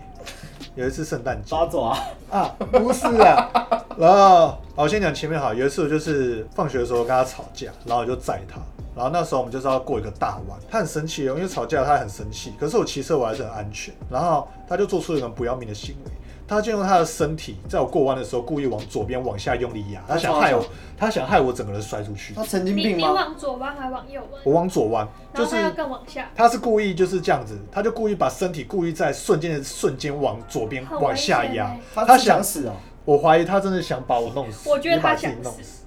Speaker 2: 有一次圣诞 节
Speaker 1: 抓走啊！
Speaker 2: 啊，不是 啊。然后好，我先讲前面好。有一次我就是放学的时候跟他吵架，然后我就载他。然后那时候我们就是要过一个大弯，他很生气哦，因为吵架他很生气。可是我骑车我还是很安全，然后他就做出一个不要命的行为，他就用他的身体在我过弯的时候故意往左边往下用力压，他想害我，他想害我整个人摔出去。
Speaker 1: 他神经
Speaker 3: 你
Speaker 1: 病
Speaker 3: 你
Speaker 1: 吗？
Speaker 3: 往左弯还往右弯，
Speaker 2: 我往左弯，
Speaker 3: 然
Speaker 2: 就
Speaker 3: 后
Speaker 2: 是
Speaker 3: 他要更往下，
Speaker 2: 他是故意就是这样子，他就故意把身体故意在瞬间的瞬间往左边
Speaker 3: 很
Speaker 2: 往下
Speaker 3: 危险欸
Speaker 2: 压
Speaker 3: 耶。
Speaker 1: 他是想死哦，
Speaker 2: 我怀疑他真的想把我弄死，
Speaker 3: 我觉得
Speaker 2: 你把
Speaker 3: 他
Speaker 2: 自己
Speaker 3: 想
Speaker 2: 弄
Speaker 3: 死。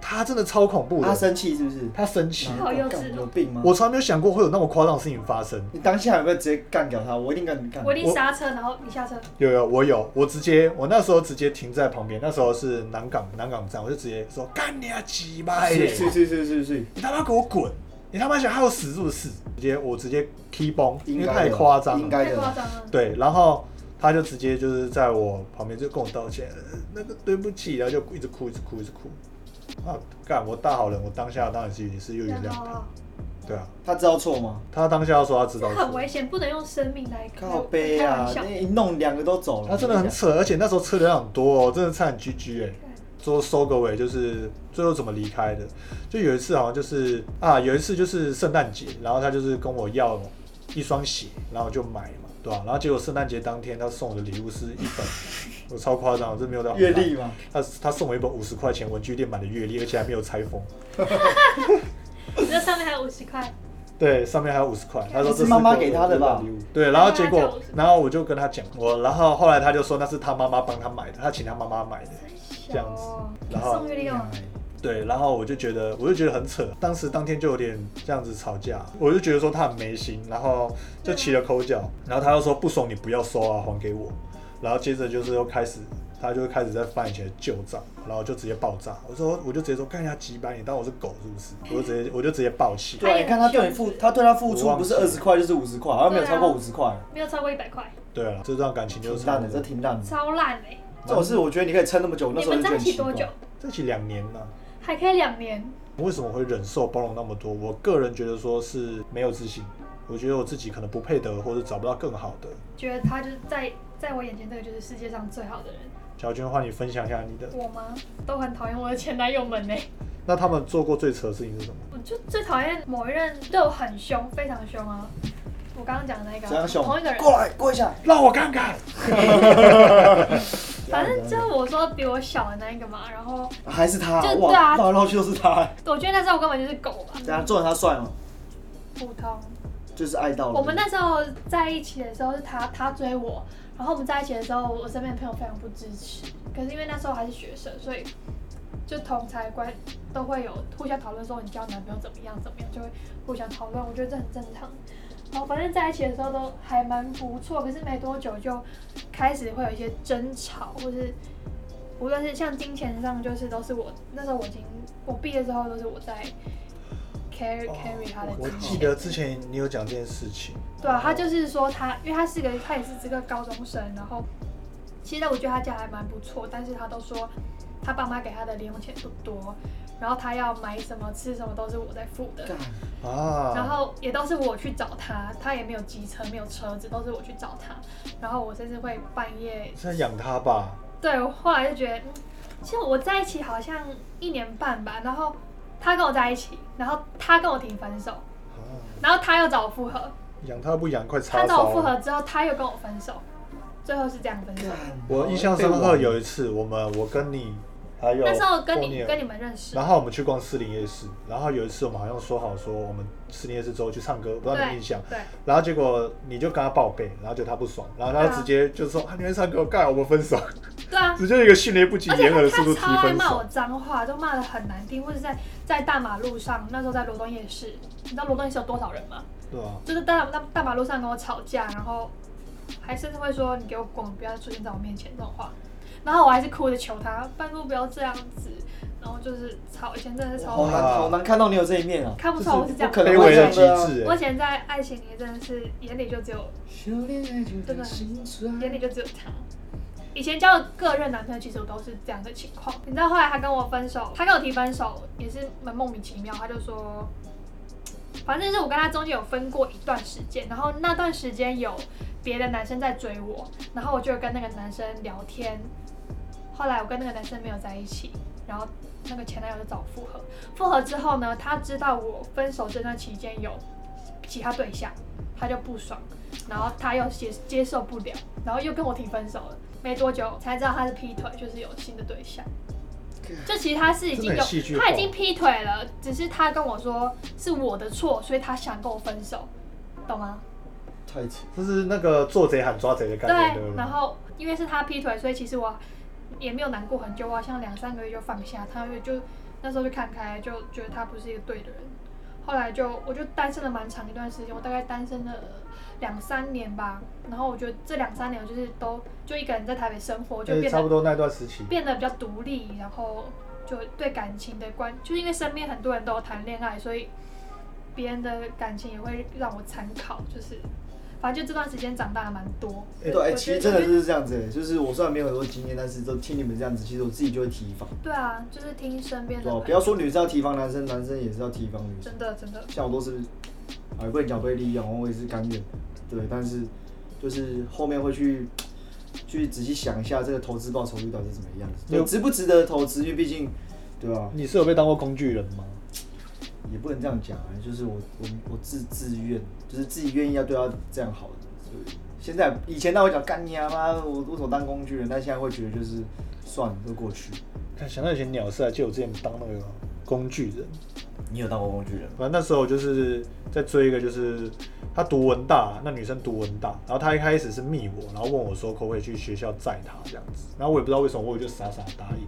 Speaker 2: 他真的超恐怖的，
Speaker 1: 他生气是不是？
Speaker 2: 他生气，
Speaker 3: 好幼稚哦
Speaker 1: 干有病吗？
Speaker 2: 我从来没有想过会有那么夸张的事情发生。
Speaker 1: 你当下有没有直接干掉他？我一定跟你干
Speaker 3: 我。一定刹车，然后你下车，
Speaker 2: 有有，我有，我直接，我那时候直接停在旁边，那时候是南港南港站，我就直接说干你啊鸡巴
Speaker 1: 是
Speaker 2: 嘞，
Speaker 1: 是是是是是，
Speaker 2: 你他妈给我滚！你他妈想害我死是不是？直接我直接 key 崩，因
Speaker 1: 应
Speaker 2: 为
Speaker 1: 该的
Speaker 2: 太夸张
Speaker 1: 应
Speaker 2: 了。
Speaker 1: 该
Speaker 3: 太夸
Speaker 1: 的。
Speaker 3: 张了。
Speaker 2: 对，然后他就直接就是在我旁边就跟我道歉，呃那个对不起，然后就一直哭，一直哭，一直哭。啊，干！我大好人，我当下当然是也是又原谅他
Speaker 3: 后，
Speaker 2: 对啊。
Speaker 1: 他知道错吗？
Speaker 2: 他当下说他知
Speaker 3: 哦这
Speaker 2: 道 错，
Speaker 3: 很危险，不能用生命来
Speaker 1: 靠背啊，
Speaker 3: 开玩笑
Speaker 1: 那一弄两个都走了。
Speaker 2: 他真的很扯，而且那时候车流量很多、哦，真的差点 GG 哎、做收个尾，就是最后怎么离开的。就有一次好像就是啊，有一次就是圣诞节，然后他就是跟我要一双鞋，然后我就买嘛。对吧、然后结果圣诞节当天，他送我的礼物是一本，我超夸张，我这没有到
Speaker 1: 阅历嘛，
Speaker 2: 他他送我一本五十块钱文具店买的阅历，而且还没有拆封，
Speaker 3: 那上面还有五十块，
Speaker 2: 对，上面还有五十块。他说这
Speaker 1: 是妈妈给他的吧
Speaker 2: 礼物。对，然后结
Speaker 3: 妈妈叫
Speaker 2: 果
Speaker 3: 我，
Speaker 2: 然后我就跟他讲，我，然后后来他就说那是他妈妈帮他买的，他请他妈妈买的。这样子然后
Speaker 3: 送月历干嘛？
Speaker 2: 对，然后我就觉得，我就觉得很扯，当时当天就有点这样子吵架，我就觉得说他很没心，然后就起了口角，然后他又说不爽你不要收啊，还给我，然后接着就是又开始，他就开始在翻以前的旧账，然后就直接爆炸，我说我就直接说看一下几百，你当我是狗是不是？我就直接我就直接爆气，
Speaker 3: 哎
Speaker 1: 对啊，你看他对你付，他对他付出不是二十块就是五十块，好像没有超过五十块，
Speaker 3: 没有超过一百块，
Speaker 2: 对啊了，这段感情就
Speaker 1: 挺
Speaker 2: 是
Speaker 1: 烂的，这挺烂的。
Speaker 3: 超烂哎！
Speaker 1: 这种事我觉得你可以撑那么久，那
Speaker 3: 你
Speaker 1: 时候
Speaker 3: 们
Speaker 1: 就觉得
Speaker 3: 在一
Speaker 1: 很奇
Speaker 3: 起
Speaker 1: 怪
Speaker 3: 多久？？
Speaker 2: 在一起两年了、
Speaker 3: 还可以两年，
Speaker 2: 为什么会忍受包容那么多？我个人觉得说是没有自信，我觉得我自己可能不配得，或者找不到更好的。
Speaker 3: 觉得他就是在在我眼前，这个就是世界上最好的人。
Speaker 2: 小娟，换你分享一下你的。
Speaker 3: 我吗？都很讨厌我的前男友们呢、
Speaker 2: 那他们做过最扯的事情是什么？
Speaker 3: 我就最讨厌某一任对我很凶，非常凶啊！我刚刚讲的那个
Speaker 1: 怎样
Speaker 3: 啊
Speaker 1: 凶？
Speaker 3: 同一个人，
Speaker 1: 过来过一下。
Speaker 2: 让我看看。
Speaker 3: 反正就是我说比我小的那一个嘛。然后
Speaker 1: 还是他
Speaker 3: 就对
Speaker 1: 哇，
Speaker 3: 啊
Speaker 1: 绕来绕去都是他。
Speaker 3: 我觉得那时候我根本就是狗吧，
Speaker 1: 等下做他帅吗？哦
Speaker 3: 普通。
Speaker 1: 就是爱到了。
Speaker 3: 我们那时候在一起的时候是他他追我，然后我们在一起的时候，我身边的朋友非常不支持。可是因为那时候还是学生，所以就同才关都会有互相讨论说你交男朋友怎么样怎么样，就会互相讨论。我觉得这很正常。然后反正在一起的时候都还蛮不错，可是没多久就开始会有一些争吵，或是无论是像金钱上，就是都是我那时候我已经我毕业之后都是我在 carry carry 他的
Speaker 2: 哦我
Speaker 3: 金
Speaker 2: 记
Speaker 3: 钱。
Speaker 2: 得之前你有讲这件事情，
Speaker 3: 对啊，他就是说他，因为他是个，他也是这个高中生，然后其实我觉得他家还蛮不错，但是他都说他爸妈给他的零用钱不多，然后他要买什么吃什么都是我在付的，
Speaker 1: 干
Speaker 2: 啊，
Speaker 3: 然后也都是我去找他，他也没有机车，没有车子，都是我去找他，然后我甚至会半夜，
Speaker 2: 是在养他吧？
Speaker 3: 对我后来就觉得，嗯其实我在一起好像一年半吧，然后他跟我在一起，然后他跟我提分手，
Speaker 2: 啊，
Speaker 3: 然后他又找我复合，
Speaker 2: 养他不养，快
Speaker 3: 他
Speaker 2: 插
Speaker 3: 找
Speaker 2: 烧
Speaker 3: 我复合
Speaker 2: 了。
Speaker 3: 之后，他又跟我分手，最后是这样分手。
Speaker 2: 我印象深刻有一次，我们我跟你还有
Speaker 3: 那时候跟你
Speaker 2: Bonnie
Speaker 3: 跟你们认识，
Speaker 2: 然后我们去逛士林夜市，然后有一次我们好像说好说我们士林夜市之后去唱歌，我不知道你有没有印象。
Speaker 3: 对，
Speaker 2: 然后结果你就跟他报备，然后就他不爽，然后他就直接就说啊你来唱歌，我干我们分手，，
Speaker 3: 对啊
Speaker 2: 直接一个迅雷不及
Speaker 3: 而且
Speaker 2: 掩耳
Speaker 3: 他
Speaker 2: 的速度
Speaker 3: 他
Speaker 2: 提
Speaker 3: 超爱
Speaker 2: 分
Speaker 3: 骂我
Speaker 2: 手。
Speaker 3: 脏话，都骂的很难听，或者在在大马路上，那时候在罗东夜市，你知道罗东夜市有多少人吗？
Speaker 2: 对吧？
Speaker 3: 就是大大大马路上跟我吵架，然后还甚至会说你给我滚，不要出现在我面前这种话，然后我还是哭着求他，拜托不要这样子，然后就是吵，以前真的是
Speaker 1: 好
Speaker 3: 超
Speaker 2: 哇
Speaker 1: 难好难看到你有这一面啊！
Speaker 3: 看不出来我是这样
Speaker 1: 不可能
Speaker 2: 卑微的极
Speaker 1: 会这样的啊
Speaker 2: 致、
Speaker 3: 我以
Speaker 2: 欸。
Speaker 3: 前在爱情里真的是眼里就只有眼里就只有他。以前交的个任男朋友，其实我都是这样的情况。你知道后来他跟我分手，他跟我提分手也是蛮莫名其妙，他就说，反正就是我跟他中间有分过一段时间，然后那段时间有别的男生在追我，然后我就跟那个男生聊天，后来我跟那个男生没有在一起，然后那个前男友就找我复合，复合之后呢，他知道我分手这段期间有其他对象，他就不爽，然后他又接接受不了，然后又跟我提分手了。没多久才知道他是劈腿，就是有新的对象。就其实他是已经
Speaker 2: 真的很戏剧
Speaker 3: 有
Speaker 2: 化
Speaker 3: 他已经劈腿了，只是他跟我说是我的错，所以他想跟我分手，懂吗？
Speaker 1: 太扯，
Speaker 2: 就是那个做贼喊抓贼的概念，对不
Speaker 3: 对，
Speaker 2: 对？
Speaker 3: 然后因为是他劈腿，所以其实我也没有难过很久，我啊好像两三个月就放下他，因为就那时候就看开，就觉得他不是一个对的人。后来就我就单身了蛮长一段时间，我大概单身了两三年吧。然后我觉得这两三年我就是都就一个人在台北生活，就
Speaker 2: 就是
Speaker 3: 变
Speaker 2: 差不
Speaker 3: 得
Speaker 2: 多那段时期，
Speaker 3: 变得比较独立，然后就对感情的观，就是因为身边很多人都有谈恋爱，所以别人的感情也会让我参考，就是反正就这段时间长大了蛮多。
Speaker 1: 对，
Speaker 3: 我
Speaker 1: 哎
Speaker 3: 觉得
Speaker 1: 其实真的就是这样子，哎就是我虽然没有很多经验，但是都听你们这样子，其实我自己就会提防，
Speaker 3: 对啊，就是听身边
Speaker 1: 对
Speaker 3: 的
Speaker 1: 吧？
Speaker 3: 朋
Speaker 1: 哦不要
Speaker 3: 友，
Speaker 1: 说女生要提防男生，男生也是要提防女生
Speaker 3: 真。的真的，
Speaker 1: 像我都是，啊，也不能讲被利用，我也是甘愿，对，但是就是后面会去去仔细想一下这个投资报酬率到底是怎么样子，对，
Speaker 2: 有
Speaker 1: 值不值得投资？因为毕竟，对吧、
Speaker 2: 你是有被当过工具人吗？
Speaker 1: 也不能这样讲啊，就是我我我自自愿，就是自己愿意要对他这样好的，所以现在以前那会讲干你啊妈，我我怎么当工具人？但现在会觉得就是算了，都过去。
Speaker 2: 看想到以前鸟事啊，就我之前当那个工具人，
Speaker 1: 你有当过工具人吗？
Speaker 2: 反正那时候我就是在追一个，就是她读文大，那女生读文大，然后她一开始是密我，然后问我说可不可以去学校载她这样子，然后我也不知道为什么，我也就傻傻答应。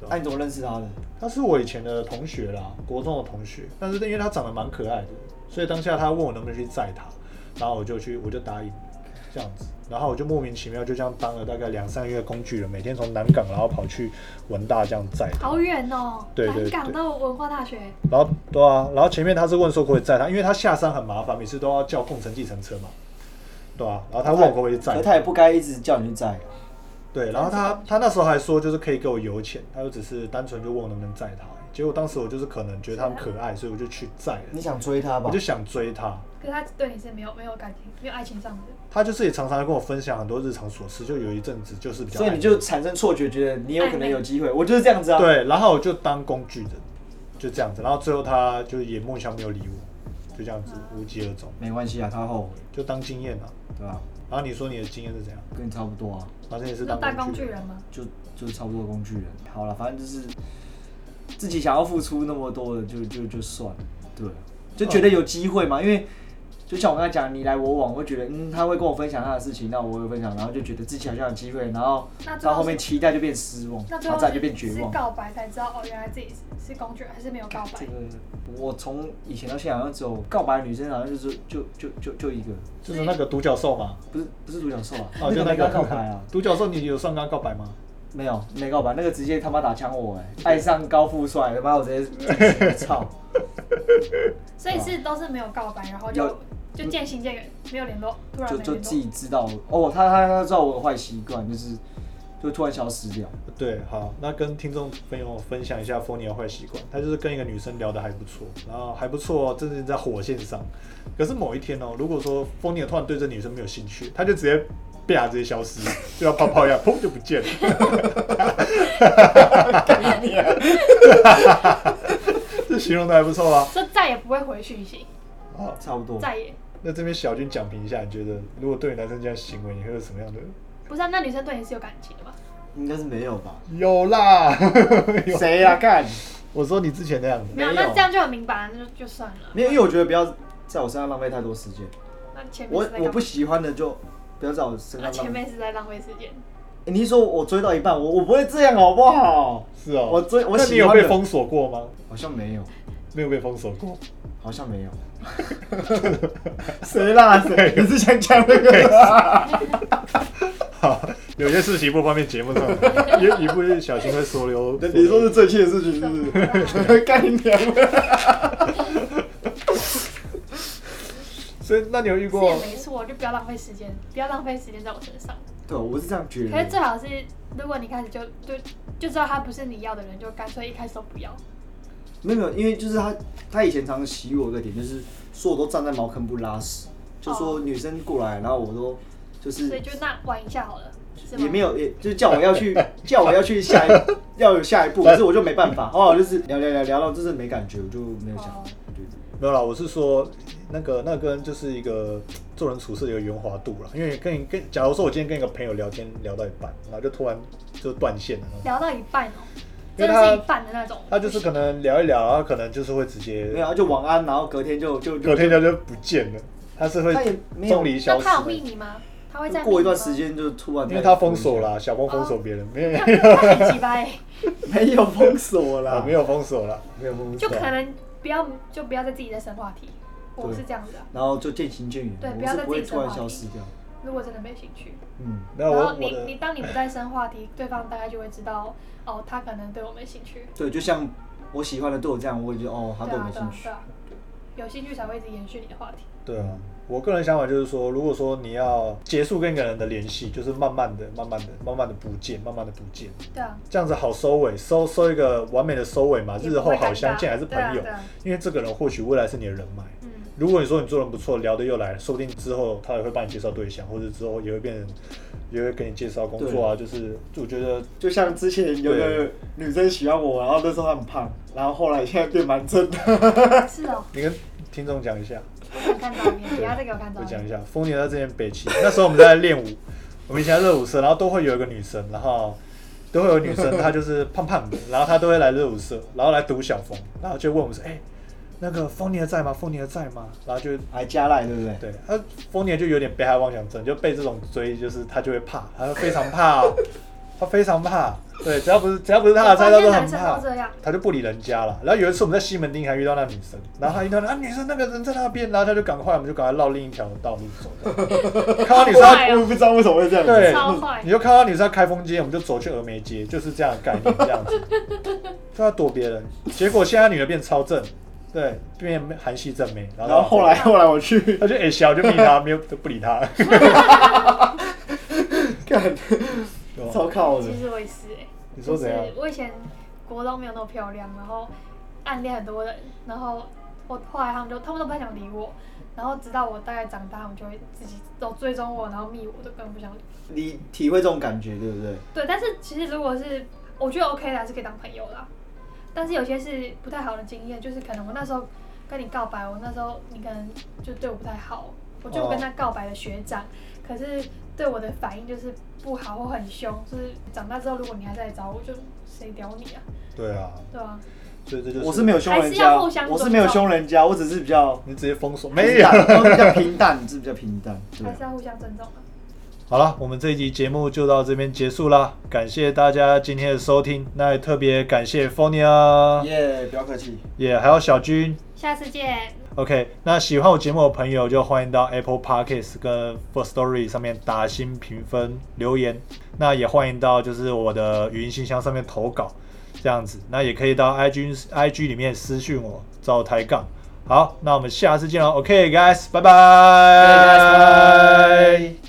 Speaker 2: 对
Speaker 1: 啊那、你怎么认识他的？
Speaker 2: 她是我以前的同学啦，国中的同学，但是因为她长得蛮可爱的，所以当下她问我能不能去载她，然后我就去，我就答应这样子，然后我就莫名其妙就这样当了大概两三个月的工具人，每天从南港然后跑去文大这样载她。
Speaker 3: 好远哦，
Speaker 2: 对对
Speaker 3: 南港
Speaker 2: 对
Speaker 3: 到文化大学，
Speaker 2: 然后对啊，然后前面他是问说可不可以载他，因为他下山很麻烦，每次都要叫共乘计程车嘛，对啊，然后他问我可不可以载
Speaker 1: 可，他也不该一直叫你啊去载。
Speaker 2: 对，然后他他那时候还说就是可以给我油钱，他就只是单纯就问我能不能载他，结果当时我就是可能觉得他很可爱，所以我就去载了
Speaker 1: 你，想追他吧
Speaker 2: 我就？想追他，
Speaker 3: 可是他对你是没有没有感情、没有爱情上的。
Speaker 2: 他就是也常常跟我分享很多日常琐事，就有一阵子就是比较
Speaker 1: 所以你
Speaker 2: 爱
Speaker 1: 就产生错觉，觉得你有可能有机会。我就是这样子啊。。
Speaker 2: 对，然后我就当工具人，就这样子，然后最后他就也莫名其妙没有理我，就这样子无疾而终，
Speaker 1: 没关系啊，他后悔，
Speaker 2: 就当经验啊。
Speaker 1: 对吧、
Speaker 2: 然后你说你的经验是怎样？
Speaker 1: 跟你差不多啊，
Speaker 2: 反正也是
Speaker 3: 那
Speaker 2: 当
Speaker 3: 大工
Speaker 2: 工
Speaker 3: 具
Speaker 2: 具人。
Speaker 3: 人吗？
Speaker 1: 就就差不多工具人。好了，反正就是自己想要付出那么多的，就就就算了，对，啊就觉得有机会嘛，因为。就像我刚才讲，你来我往，我会觉得，嗯，他会跟我分享他的事情，那我也分享，然后就觉得自己好像有机会，然后
Speaker 3: 那最
Speaker 1: 到
Speaker 3: 后
Speaker 1: 后面期待就变失望，
Speaker 3: 那
Speaker 1: 然
Speaker 3: 最
Speaker 1: 后
Speaker 3: 后
Speaker 1: 再来就
Speaker 3: 是
Speaker 1: 变绝
Speaker 3: 是
Speaker 1: 望。
Speaker 3: 告白才知道哦，原来自己是是工具人，还是没有告白
Speaker 1: 这个？我从以前到现在好像只有告白的女生，好像就是就就就就一个，
Speaker 2: 就是那个独角兽嘛，
Speaker 1: 不是不是独角兽啊，
Speaker 2: 哦，就那
Speaker 1: 没
Speaker 2: 个
Speaker 1: 跟她告白啊，
Speaker 2: 独角兽，你有算跟他告白吗？
Speaker 1: 没有没告白，那个直接他妈打枪我哎、爱上高富帅，他妈我直接操，
Speaker 3: 所以是都是没有告白，然后就
Speaker 1: 哦有
Speaker 3: 就渐行渐远，没有联络，突然
Speaker 1: 就
Speaker 3: 没
Speaker 1: 就
Speaker 3: 联
Speaker 1: 自
Speaker 3: 络。
Speaker 1: 己知道哦，他他他知道我有坏习惯，就是就突然消失掉，
Speaker 2: 对，好，那跟听众朋友分享一下 f o n i 的坏习惯，他就是跟一个女生聊得还不错，然后还不错哦，真的是在火线上。可是某一天哦，如果说 f o n i 突然对这女生没有兴趣，他就直接啪直接消失，就像泡泡一样，砰就不见了。这形容的还不错啊。
Speaker 3: 就再也不会回讯息，
Speaker 2: 好，
Speaker 1: 差不多。
Speaker 3: 再也
Speaker 2: 那这边小军讲评一下，你觉得如果对男生这样行为，你会有什么样的？
Speaker 3: 不是、啊、那女生对你是有感情的吧？
Speaker 1: 应该是没有 吧？
Speaker 2: 有啦，有
Speaker 1: 谁啊呀、 干？
Speaker 2: 我说你之前那样子，
Speaker 3: 没有，
Speaker 1: 没有
Speaker 3: 那这样就很明白，那就就算了。
Speaker 1: 没有，因为我觉得不要在我身上浪费太多时间，
Speaker 3: 那前面
Speaker 1: 我
Speaker 3: 是在
Speaker 1: 我
Speaker 3: 干
Speaker 1: 不
Speaker 3: 嘛？
Speaker 1: 喜欢的就不要在我身
Speaker 3: 那
Speaker 1: 上
Speaker 3: 前
Speaker 1: 浪费。
Speaker 3: 面是在浪费时间。
Speaker 1: 欸你是说我追到一半，我我不会这样好不好？
Speaker 2: 是哦。
Speaker 1: 我最我
Speaker 2: 那你
Speaker 1: 喜
Speaker 2: 有
Speaker 1: 欢的
Speaker 2: 被封锁过吗？
Speaker 1: 好像没有，
Speaker 2: 没有被封锁过。
Speaker 1: 好像没有。谁啦？谁？你是想讲那
Speaker 2: 对
Speaker 1: 个？
Speaker 2: 好，有些事情不方便节目上讲，一一不小心会说溜。
Speaker 1: 你说是正确的事情是 不是？干你娘！
Speaker 2: 所以那你有遇
Speaker 3: 是
Speaker 2: 过
Speaker 3: 也？没错，就不要浪费时间，不要浪费时间在我身上。
Speaker 1: 对，啊我是这样觉
Speaker 3: 可是
Speaker 1: 得。
Speaker 3: 最好是，如果你开始就就就知道他不是你要的人，就干脆一开始都不要。
Speaker 1: 没有，因为就是他，他以前常常洗我的点，就是说我都站在茅坑不拉屎，就说女生过来，然后我都就是
Speaker 3: 哦所以就那玩一下好了，是吗？
Speaker 1: 也没有，也就是叫我要去，叫我要去下一要有下一步，可是我就没办法，哦，就是聊聊聊聊到真的没感觉，我就没有想
Speaker 3: 哦，
Speaker 1: 对
Speaker 2: 没有啦，我是说那个那跟就是一个做人处事的一个圆滑度啦。因为跟跟，假如说我今天跟一个朋友聊天聊到一半，然后就突然就断线了，
Speaker 3: 聊到一半哦、
Speaker 2: 因为
Speaker 3: 真
Speaker 2: 他
Speaker 3: 的是一半的那种。
Speaker 2: 他就是可能聊一聊，然后可能就是会直
Speaker 1: 对，没
Speaker 2: 接
Speaker 1: 有啊就晚安，然后隔天就就就
Speaker 2: 隔天他就不见了，他是会
Speaker 1: 他也没有
Speaker 2: 中离消
Speaker 3: 那
Speaker 2: 失
Speaker 3: 他有
Speaker 2: 的。
Speaker 3: 密你吗？他会在
Speaker 1: 过一段时，间就突然，
Speaker 2: 因为他封锁，啊啦，小峰封锁别人，没有
Speaker 3: 那那很鸡巴欸
Speaker 1: 没有封锁啦，
Speaker 2: 哦没有封锁啦。啊
Speaker 1: 没有封
Speaker 3: 就
Speaker 1: 锁，
Speaker 3: 可能不要就不要再自己再生话题。我
Speaker 1: 啊对
Speaker 3: 是这样子啊，
Speaker 1: 然后就渐行渐远，
Speaker 3: 对不
Speaker 1: 我
Speaker 3: 要
Speaker 1: 是
Speaker 3: 再
Speaker 1: 不会
Speaker 3: 自己
Speaker 1: 突然
Speaker 3: 生
Speaker 1: 消
Speaker 3: 话
Speaker 1: 失
Speaker 3: 题
Speaker 1: 掉，
Speaker 3: 如果真的没兴趣，
Speaker 1: 嗯，
Speaker 2: 没有
Speaker 3: 然
Speaker 2: 我
Speaker 3: 后
Speaker 2: 我
Speaker 3: 你
Speaker 2: 的
Speaker 3: 你当你不再生话题，对方大概就会知道哦，他可能对我没兴趣。
Speaker 1: 对，就像我喜欢的对我这样，我也觉得哦，他
Speaker 3: 对
Speaker 1: 对我
Speaker 3: 啊
Speaker 1: 没
Speaker 3: 对
Speaker 1: 兴
Speaker 3: 啊
Speaker 1: 趣
Speaker 3: 对，啊，有兴趣才会一直延续你的话题。
Speaker 2: 对啊，我个人想法就是说，如果说你要结束跟一个人的联系，就是慢慢的、慢慢的、慢慢的不见，慢慢的不见，
Speaker 3: 对啊，
Speaker 2: 这样子好收尾，收收一个完美的收尾嘛，
Speaker 3: 也
Speaker 2: 日
Speaker 3: 不
Speaker 2: 后
Speaker 3: 会
Speaker 2: 好
Speaker 3: 尴
Speaker 2: 相
Speaker 3: 尬
Speaker 2: 见还是朋友
Speaker 3: 对啊对啊，
Speaker 2: 因为这个人或许未来是你的人脉。
Speaker 3: 嗯，
Speaker 2: 如果你说你做人不错，聊得又来，说不定之后他也会帮你介绍对象，或者之后也会变成，也会给你介绍工作啊。就是我觉得
Speaker 1: 就像之前有个
Speaker 2: 对
Speaker 1: 女生喜欢我，然 后那时候她很胖，然后后来现在变蛮正的，
Speaker 3: 是哦，
Speaker 2: 你跟听众讲一下，
Speaker 3: 我想看照片，不要再给我看照
Speaker 2: 我讲
Speaker 3: 片。
Speaker 2: 一下，丰年在之前北齐，那时候我们在练舞，我们以前在热舞社，然后都会有一个女生，然后都会有女生，她就是胖胖的，然后她都会来热舞社，然后来堵小峰，然后就问我们说，哎、那个丰年在吗？丰年在吗？然后就
Speaker 1: 还加赖对不对？
Speaker 2: 对，他丰年就有点被害妄想症，就被这种追，就是他就会怕，他就非常怕哦、他非常怕。对，只要不是只要不是他的菜，他
Speaker 3: 我发
Speaker 2: 都
Speaker 3: 现
Speaker 2: 很
Speaker 3: 男生
Speaker 2: 怕
Speaker 3: 都。这样，
Speaker 2: 他就不理人家了。然后有一次我们在西门町还遇到那女生，然后他遇到那啊女生那个人在那边，然后他就赶快我们就赶快绕另一条道路走。看到女生要
Speaker 3: 坏哦
Speaker 1: 我也不知道为什么会这样子。
Speaker 2: 对
Speaker 3: 超坏
Speaker 2: 你。就看到女生在开封街，我们就走去峨眉街，就是这样的概念，这样子，就要躲别人。结果现在女的变超正，对，变韩系正妹，然
Speaker 1: 然
Speaker 2: 后
Speaker 1: 后后来后来我去
Speaker 2: 他就哎、小，我就密他，没有都不理他。
Speaker 1: 干
Speaker 2: 对，啊吧
Speaker 1: 超靠的
Speaker 3: 其。实我也是、欸，
Speaker 2: 你说怎样？
Speaker 3: 就是我以前国中没有那么漂亮，然后暗恋很多人，然后我后来他们就他们都不太想理我，然后直到我大概长大，他们就会自己都追踪我，然后密我，我都根本不想理。
Speaker 1: 你体会这种感觉对不对？
Speaker 3: 对，但是其实如果是我觉得 OK 的，还是可以当朋友啦。但是有些是不太好的经验，就是可能我那时候跟你告白，我那时候你可能就对我不太好，我就
Speaker 2: 哦
Speaker 3: 跟他告白的学长，可是对我的反应就是不好或很凶，就是长大之后如果你还在找我，就谁屌你啊，
Speaker 2: 对啊，
Speaker 3: 对啊，
Speaker 2: 所以这就是
Speaker 1: 我是没有凶人
Speaker 3: 还是要
Speaker 1: 家
Speaker 3: 互相，
Speaker 1: 我是没有凶人家，我只是比较
Speaker 2: 你直接封锁
Speaker 1: 平
Speaker 2: 没有。
Speaker 1: 淡 我比较平淡，是比较平淡。对
Speaker 3: 还，是要互相尊重啊。
Speaker 2: 好了，我们这一集节目就到这边结束啦，感谢大家今天的收听，那也特别感谢 Fonia，
Speaker 1: 耶，不要客气。
Speaker 2: 也、还有小军。
Speaker 3: 下次见，
Speaker 2: OK，那喜欢我节目的朋友就欢迎到 Apple Podcast 跟 First Story 上面打新评分留言，那也欢迎到就是我的语音信箱上面投稿，这样子，那也可以到 IG IG 里面私讯我找抬杠。好，那我们下次见喽，OK guys，拜拜。
Speaker 1: 拜拜